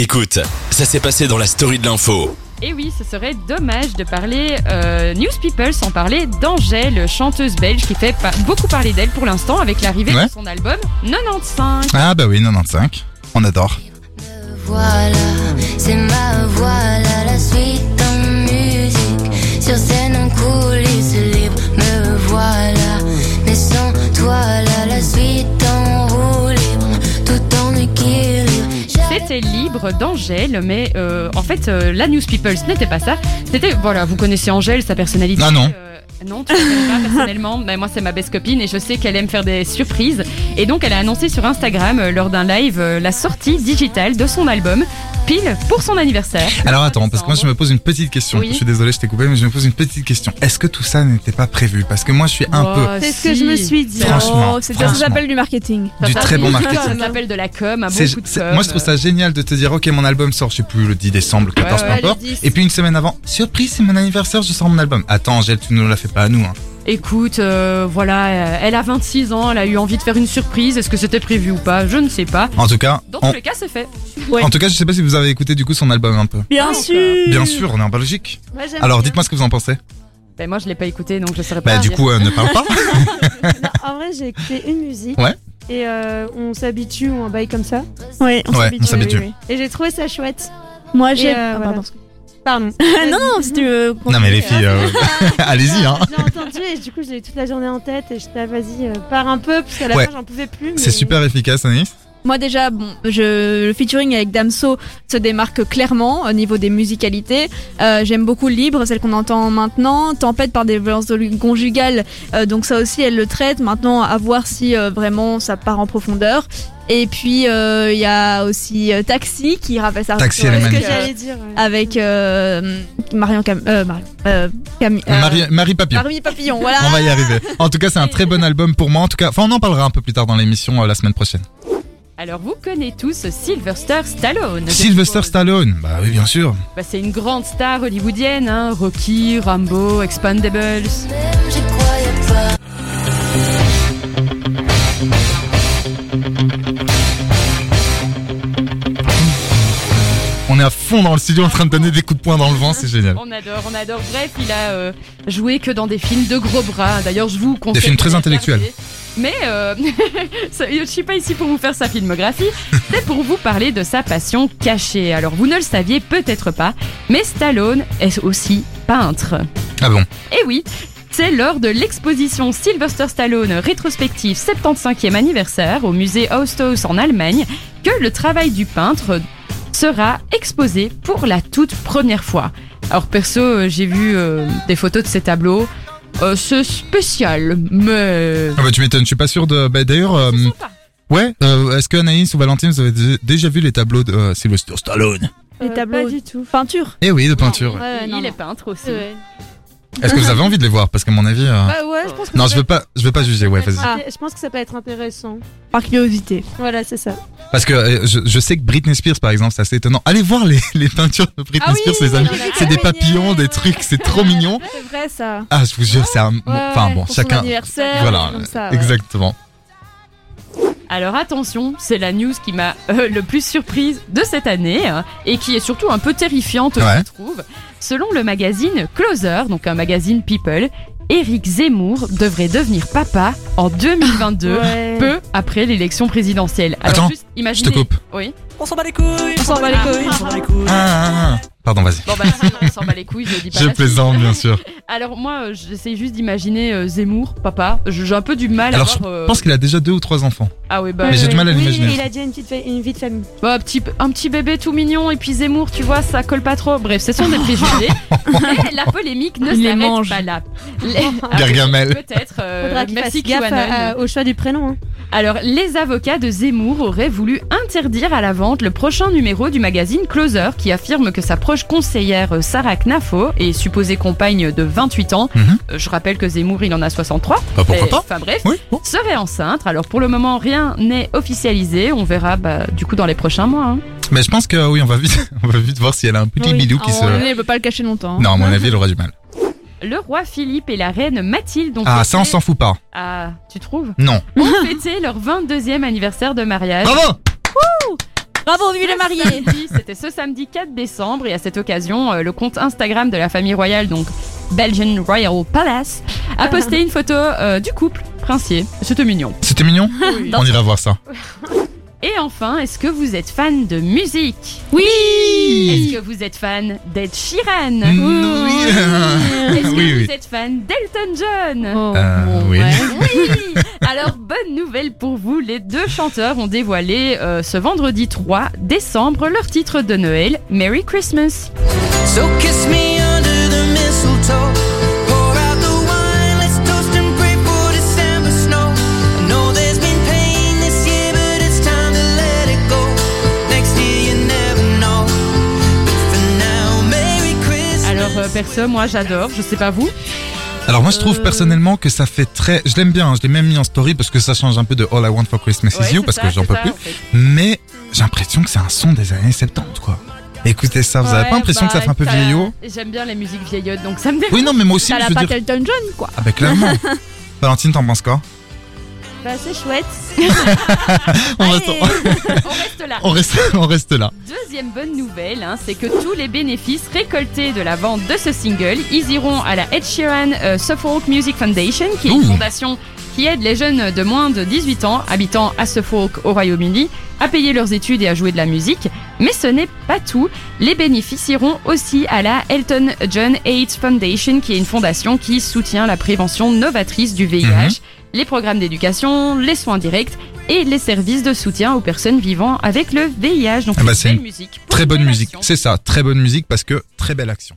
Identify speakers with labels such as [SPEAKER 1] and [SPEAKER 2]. [SPEAKER 1] Écoute, ça s'est passé dans la story de l'info.
[SPEAKER 2] Et Eh oui, ce serait dommage de parler euh, News People sans parler d'Angèle, chanteuse belge qui fait pa- beaucoup parler d'elle pour l'instant avec l'arrivée
[SPEAKER 3] Ouais.
[SPEAKER 2] de son album 95.
[SPEAKER 3] Ah bah oui, 95. On adore.
[SPEAKER 4] Me Voilà, c'est ma voilà la suite en musique. Sur scène en coulisses libres, me voilà. Mais sans toi, là, la suite en roue libre, tout en équilibre. J'avais
[SPEAKER 2] C'était libre d'Angèle, mais euh, en fait, euh, la News People, ce n'était pas ça. C'était, voilà, vous connaissez Angèle, sa personnalité.
[SPEAKER 3] Ah non.
[SPEAKER 2] euh, non, tu la connais pas personnellement, mais moi c'est ma best copine et je sais qu'elle aime faire des surprises. Et donc elle a annoncé sur Instagram euh, lors d'un live euh, la sortie digitale de son album, pile pour son anniversaire.
[SPEAKER 3] Alors attends, parce que moi je me pose une petite question.
[SPEAKER 2] Oui.
[SPEAKER 3] Je suis désolé, je t'ai coupé, mais je me pose une petite question. Est-ce que tout ça n'était pas prévu Parce que moi je suis un peu
[SPEAKER 2] Oh,
[SPEAKER 5] C'est ce que
[SPEAKER 2] si.
[SPEAKER 5] je me suis dit.
[SPEAKER 3] Ah, Franchement,
[SPEAKER 5] Oh, c'est ça
[SPEAKER 3] franchement.
[SPEAKER 5] s'appelle du marketing.
[SPEAKER 3] du très bon marketing.
[SPEAKER 2] Ça s'appelle de la com, un bon
[SPEAKER 3] C'est-
[SPEAKER 2] coup de
[SPEAKER 3] c'est-
[SPEAKER 2] com.
[SPEAKER 3] moi je trouve ça génial de te dire ok mon album sort je sais plus le 10 décembre le 14
[SPEAKER 2] Ouais,
[SPEAKER 3] peu
[SPEAKER 5] ouais, le
[SPEAKER 3] importe
[SPEAKER 5] 10.
[SPEAKER 3] et puis une semaine avant surprise c'est mon anniversaire je sors mon album attends Angèle tu ne la fais pas à nous hein.
[SPEAKER 2] Écoute, euh, voilà, euh, elle a 26 ans, elle a eu envie de faire une surprise. Est-ce que c'était prévu ou pas Je ne sais pas.
[SPEAKER 3] en tout cas
[SPEAKER 2] Dans tous
[SPEAKER 3] en,
[SPEAKER 2] les cas, c'est fait.
[SPEAKER 5] cas-
[SPEAKER 3] en tout cas je sais pas si vous avez écouté du coup son album un peu
[SPEAKER 5] Bien sûr.
[SPEAKER 3] bien sûr on est en Belgique
[SPEAKER 5] Moi, j'aime
[SPEAKER 3] alors
[SPEAKER 5] bien.
[SPEAKER 3] dites-moi ce que vous en pensez
[SPEAKER 2] Ben moi, je l'ai pas écouté, donc je saurais pas.
[SPEAKER 3] bah du
[SPEAKER 2] dire.
[SPEAKER 3] coup euh, ne parle pas
[SPEAKER 6] Non, en vrai, j'ai écouté une musique.
[SPEAKER 3] Ouais.
[SPEAKER 6] Et euh, on s'habitue ou un bail comme ça.
[SPEAKER 5] Oui.
[SPEAKER 3] Ouais, on s'habitue.
[SPEAKER 6] Et j'ai trouvé ça chouette.
[SPEAKER 5] Moi, j'ai.
[SPEAKER 6] Et, euh,
[SPEAKER 5] Ah,
[SPEAKER 6] voilà.
[SPEAKER 5] pardon.
[SPEAKER 6] Pardon.
[SPEAKER 5] non, non, si tu veux.
[SPEAKER 3] non mais les filles euh, allez-y hein
[SPEAKER 6] J'ai entendu et du coup, je l'ai toute la journée en tête et j'étais là, vas-y, euh, pars un peu parce qu'à la
[SPEAKER 3] Ouais.
[SPEAKER 6] fin, j'en pouvais plus. mais-
[SPEAKER 3] c'est super efficace Anis
[SPEAKER 5] Moi, déjà, bon, je, le featuring avec Damso se démarque clairement au niveau des musicalités. Euh, J'aime beaucoup Libre, celle qu'on entend maintenant. Tempête par des violences de- conjugales. euh, donc, ça aussi, elle le traite. Maintenant, à voir si euh, vraiment ça part en profondeur. Et puis, euh, il y a aussi euh, Taxi qui rappelle ça.
[SPEAKER 3] Taxi,
[SPEAKER 5] sur-
[SPEAKER 3] elle est
[SPEAKER 5] parce
[SPEAKER 6] C'est
[SPEAKER 5] que
[SPEAKER 6] ce que
[SPEAKER 3] magnifique.
[SPEAKER 5] j'allais-
[SPEAKER 6] j'allais dire. ouais.
[SPEAKER 5] avec euh, Marion Cam euh, Marion, euh, Cam- euh,
[SPEAKER 3] Marie, Marie Papillon
[SPEAKER 5] Marie Papillon, voilà.
[SPEAKER 3] on va y arriver en tout cas c'est un très bon album pour moi en tout cas enfin on en parlera un peu plus tard dans l'émission euh, la semaine prochaine
[SPEAKER 2] Alors, vous connaissez tous Sylvester Stallone.
[SPEAKER 3] Sylvester Stallone bah oui bien sûr
[SPEAKER 2] Bah, c'est une grande star hollywoodienne, hein. Rocky, Rambo, Expandables.
[SPEAKER 4] même, j'y croyais pas.
[SPEAKER 3] On est à fond dans le studio en train de donner des coups de poing dans le vent, c'est génial.
[SPEAKER 2] On adore, on adore. Bref, il a euh, joué que dans des films de gros bras. D'ailleurs, je vous conseille.
[SPEAKER 3] Des films très
[SPEAKER 2] de les regarder.
[SPEAKER 3] intellectuels.
[SPEAKER 2] Mais euh, ça- je suis pas ici pour vous faire sa filmographie. C'est pour vous parler de sa passion cachée. Alors, vous ne le saviez peut-être pas, mais Stallone est aussi peintre.
[SPEAKER 3] Ah bon
[SPEAKER 2] Et Eh oui, c'est lors de l'exposition Sylvester Stallone rétrospective 75e anniversaire au musée Haushaus en Allemagne que le travail du peintre sera exposé pour la toute première fois. Alors perso, euh, j'ai vu euh, des photos de ces tableaux. Euh, c'est spécial, mais...
[SPEAKER 3] ah bah tu m'étonnes, je suis pas sûr de. Bah d'ailleurs, euh,
[SPEAKER 2] C'est sympa.
[SPEAKER 3] ouais. euh, Est-ce que Anaïs ou Valentine vous avez dé- déjà vu les tableaux de euh, Sylvester Stallone
[SPEAKER 5] Les
[SPEAKER 6] Euh,
[SPEAKER 5] tableaux.
[SPEAKER 6] Pas du tout.
[SPEAKER 5] Peinture.
[SPEAKER 3] Eh oui, de peinture.
[SPEAKER 2] Il est peintre aussi.
[SPEAKER 6] Euh,
[SPEAKER 3] Est-ce que vous avez envie de les voir Parce qu'à mon avis, euh,
[SPEAKER 5] Bah ouais, je pense que
[SPEAKER 3] non, je veux pas, je veux pas juger. Ouais, vas-y.
[SPEAKER 6] Ah, Je pense que ça peut être intéressant.
[SPEAKER 5] par curiosité.
[SPEAKER 6] Voilà, c'est ça.
[SPEAKER 3] Parce que euh, je, je sais que Britney Spears, par exemple, c'est assez étonnant. Allez voir les, les peintures de Britney
[SPEAKER 5] Ah oui, Ah,
[SPEAKER 3] Spears, les amis. C'est des papillons, des trucs, c'est trop mignon.
[SPEAKER 5] C'est vrai ça.
[SPEAKER 3] Ah, je vous jure, c'est un. bon, Enfin bon,
[SPEAKER 5] pour Son
[SPEAKER 3] chacun.
[SPEAKER 5] anniversaire,
[SPEAKER 3] Voilà,
[SPEAKER 5] comme ça, ouais.
[SPEAKER 3] exactement.
[SPEAKER 2] Alors attention, c'est la news qui m'a euh, le plus surprise de cette année hein, et qui est surtout un peu terrifiante,
[SPEAKER 3] Ouais.
[SPEAKER 2] je trouve. Selon le magazine Closer, donc un magazine People, Éric Zemmour devrait devenir papa en 2022,
[SPEAKER 6] Ah, Ouais.
[SPEAKER 2] peu après l'élection présidentielle. Alors
[SPEAKER 3] Attends,
[SPEAKER 2] juste
[SPEAKER 3] Je
[SPEAKER 2] imaginez.
[SPEAKER 3] te coupe.
[SPEAKER 2] Oui.
[SPEAKER 7] On s'en bat les couilles
[SPEAKER 5] On s'en bat les couilles.
[SPEAKER 7] On s'en bat les couilles
[SPEAKER 3] Ah, ah, ah. Pardon, vas-y.
[SPEAKER 2] Bon bah sinon, on s'en bat les couilles, je dis pas.
[SPEAKER 3] Je
[SPEAKER 2] la suite.
[SPEAKER 3] plaisante, bien sûr.
[SPEAKER 2] Alors moi, euh, j'essaie juste d'imaginer euh, Zemmour, papa. Je- J'ai un peu du mal
[SPEAKER 3] Alors,
[SPEAKER 2] à voir. euh,
[SPEAKER 3] Je pense qu'il a déjà deux ou trois enfants.
[SPEAKER 2] Ah oui, bah.
[SPEAKER 3] Mais j'ai du mal à
[SPEAKER 6] Oui,
[SPEAKER 3] l'imaginer.
[SPEAKER 6] il a déjà une, petite fa- une vie de famille.
[SPEAKER 2] Bah, un, petit, un petit bébé tout mignon et puis Zemmour, tu vois, ça colle pas trop. Bref, ce sont des préjugés. Et la polémique ne
[SPEAKER 5] Il les
[SPEAKER 2] s'arrête
[SPEAKER 5] mange.
[SPEAKER 2] pas là. Les-
[SPEAKER 3] Gargamel.
[SPEAKER 2] Peut-être. euh,
[SPEAKER 6] Faudra qu'il
[SPEAKER 2] merci
[SPEAKER 6] fasse gaffe
[SPEAKER 2] QAnon.
[SPEAKER 6] à- à- au choix du prénom. hein.
[SPEAKER 2] Alors, les avocats de Zemmour auraient voulu interdire à la vente le prochain numéro du magazine Closer qui affirme que sa proche conseillère euh, Sarah Knafo et supposée compagne de 28 ans,
[SPEAKER 3] Mhm.
[SPEAKER 2] euh, je rappelle que Zemmour il en a 63,
[SPEAKER 3] Bah pourquoi
[SPEAKER 2] Et-
[SPEAKER 3] pas
[SPEAKER 2] Enfin bref,
[SPEAKER 3] Oui, bon.
[SPEAKER 2] serait enceinte. Alors pour le moment, rien n'est officialisé. On verra bah, du coup dans les prochains mois. hein.
[SPEAKER 3] Mais je pense que oui, on va vite, on va vite voir si elle a un petit
[SPEAKER 6] Oui.
[SPEAKER 3] bilou qui
[SPEAKER 5] Ah,
[SPEAKER 3] se.
[SPEAKER 5] ouais, elle peut pas le cacher longtemps. hein.
[SPEAKER 3] Non, à mon avis, elle aura du mal.
[SPEAKER 2] Le roi Philippe et la reine Mathilde ont
[SPEAKER 3] Ah,
[SPEAKER 2] fêté-
[SPEAKER 3] ça, on s'en fout pas.
[SPEAKER 2] Ah, tu trouves
[SPEAKER 3] Non.
[SPEAKER 2] Ont fêté leur 22e anniversaire de mariage.
[SPEAKER 3] Bravo
[SPEAKER 5] Bravo, vive les mariés
[SPEAKER 2] samedi, C'était ce samedi 4 décembre et à cette occasion, euh, le compte Instagram de la famille royale, donc Belgian Royal Palace,
[SPEAKER 5] Ah.
[SPEAKER 2] a posté une photo euh, du couple princier. C'était mignon.
[SPEAKER 3] C'était mignon On ira voir ça.
[SPEAKER 2] Et enfin, est-ce que vous êtes fan de musique Est-ce que vous êtes fan d'Ed Sheeran
[SPEAKER 3] Non, oui.
[SPEAKER 2] Est-ce que
[SPEAKER 3] Oui, oui.
[SPEAKER 2] vous êtes fan d'Elton
[SPEAKER 5] Oh.
[SPEAKER 2] John
[SPEAKER 3] Euh,
[SPEAKER 5] bon,
[SPEAKER 3] oui.
[SPEAKER 5] ouais.
[SPEAKER 2] Oui Alors, bonne nouvelle pour vous, les deux chanteurs ont dévoilé euh, ce vendredi 3 décembre leur titre de Noël, Merry Christmas.
[SPEAKER 7] So kiss me under the mistletoe. Pour out the wine, let's toast and pray for December snow. I know there's been pain this year, but it's time to let it go. Next year you never know. But for now, Merry Christmas.
[SPEAKER 2] Alors, euh, perso, moi j'adore, je sais pas vous.
[SPEAKER 3] Alors moi je trouve personnellement que ça fait très... Je l'aime bien, hein, je l'ai même mis en story parce que ça change un peu de All I Want for Christmas
[SPEAKER 2] Ouais,
[SPEAKER 3] is You
[SPEAKER 2] c'est
[SPEAKER 3] parce
[SPEAKER 2] ça,
[SPEAKER 3] que j'en
[SPEAKER 2] c'est
[SPEAKER 3] peux
[SPEAKER 2] ça,
[SPEAKER 3] plus.
[SPEAKER 2] en fait.
[SPEAKER 3] Mais j'ai l'impression que c'est un son des années 70 quoi. Écoutez ça, vous avez
[SPEAKER 2] Ouais,
[SPEAKER 3] pas l'impression que ça
[SPEAKER 2] bah,
[SPEAKER 3] fait un peu
[SPEAKER 2] t'as-
[SPEAKER 3] vieillot
[SPEAKER 2] J'aime bien les musiques vieillottes, donc ça me dérange.
[SPEAKER 3] Oui non mais moi aussi
[SPEAKER 5] T'as
[SPEAKER 3] je
[SPEAKER 5] la
[SPEAKER 3] veux
[SPEAKER 5] patte
[SPEAKER 3] dire...
[SPEAKER 5] Elton John, quoi.
[SPEAKER 3] Ah bah clairement Valentine t'en penses quoi
[SPEAKER 6] Bah, c'est chouette.
[SPEAKER 3] on reste,
[SPEAKER 2] On reste là.
[SPEAKER 3] on, reste, on reste là.
[SPEAKER 2] Deuxième bonne nouvelle, hein, c'est que tous les bénéfices récoltés de la vente de ce single, ils iront à la Ed Sheeran euh, Suffolk Music Foundation, qui est une
[SPEAKER 3] Ouh.
[SPEAKER 2] fondation qui aide les jeunes de moins de 18 ans habitant à Suffolk au Royaume-Uni à payer leurs études et à jouer de la musique. Mais ce n'est pas tout. Les bénéfices iront aussi à la Elton John AIDS Foundation, qui est une fondation qui soutient la prévention novatrice du VIH,
[SPEAKER 3] Mhm.
[SPEAKER 2] les programmes d'éducation, les soins directs et les services de soutien aux personnes vivant avec le VIH. Donc,
[SPEAKER 3] Ah bah,
[SPEAKER 2] une
[SPEAKER 3] c'est
[SPEAKER 2] belle
[SPEAKER 3] une
[SPEAKER 2] musique.
[SPEAKER 3] Très bonne
[SPEAKER 2] Belle
[SPEAKER 3] musique,
[SPEAKER 2] action.
[SPEAKER 3] c'est ça, très bonne musique parce que très belle action.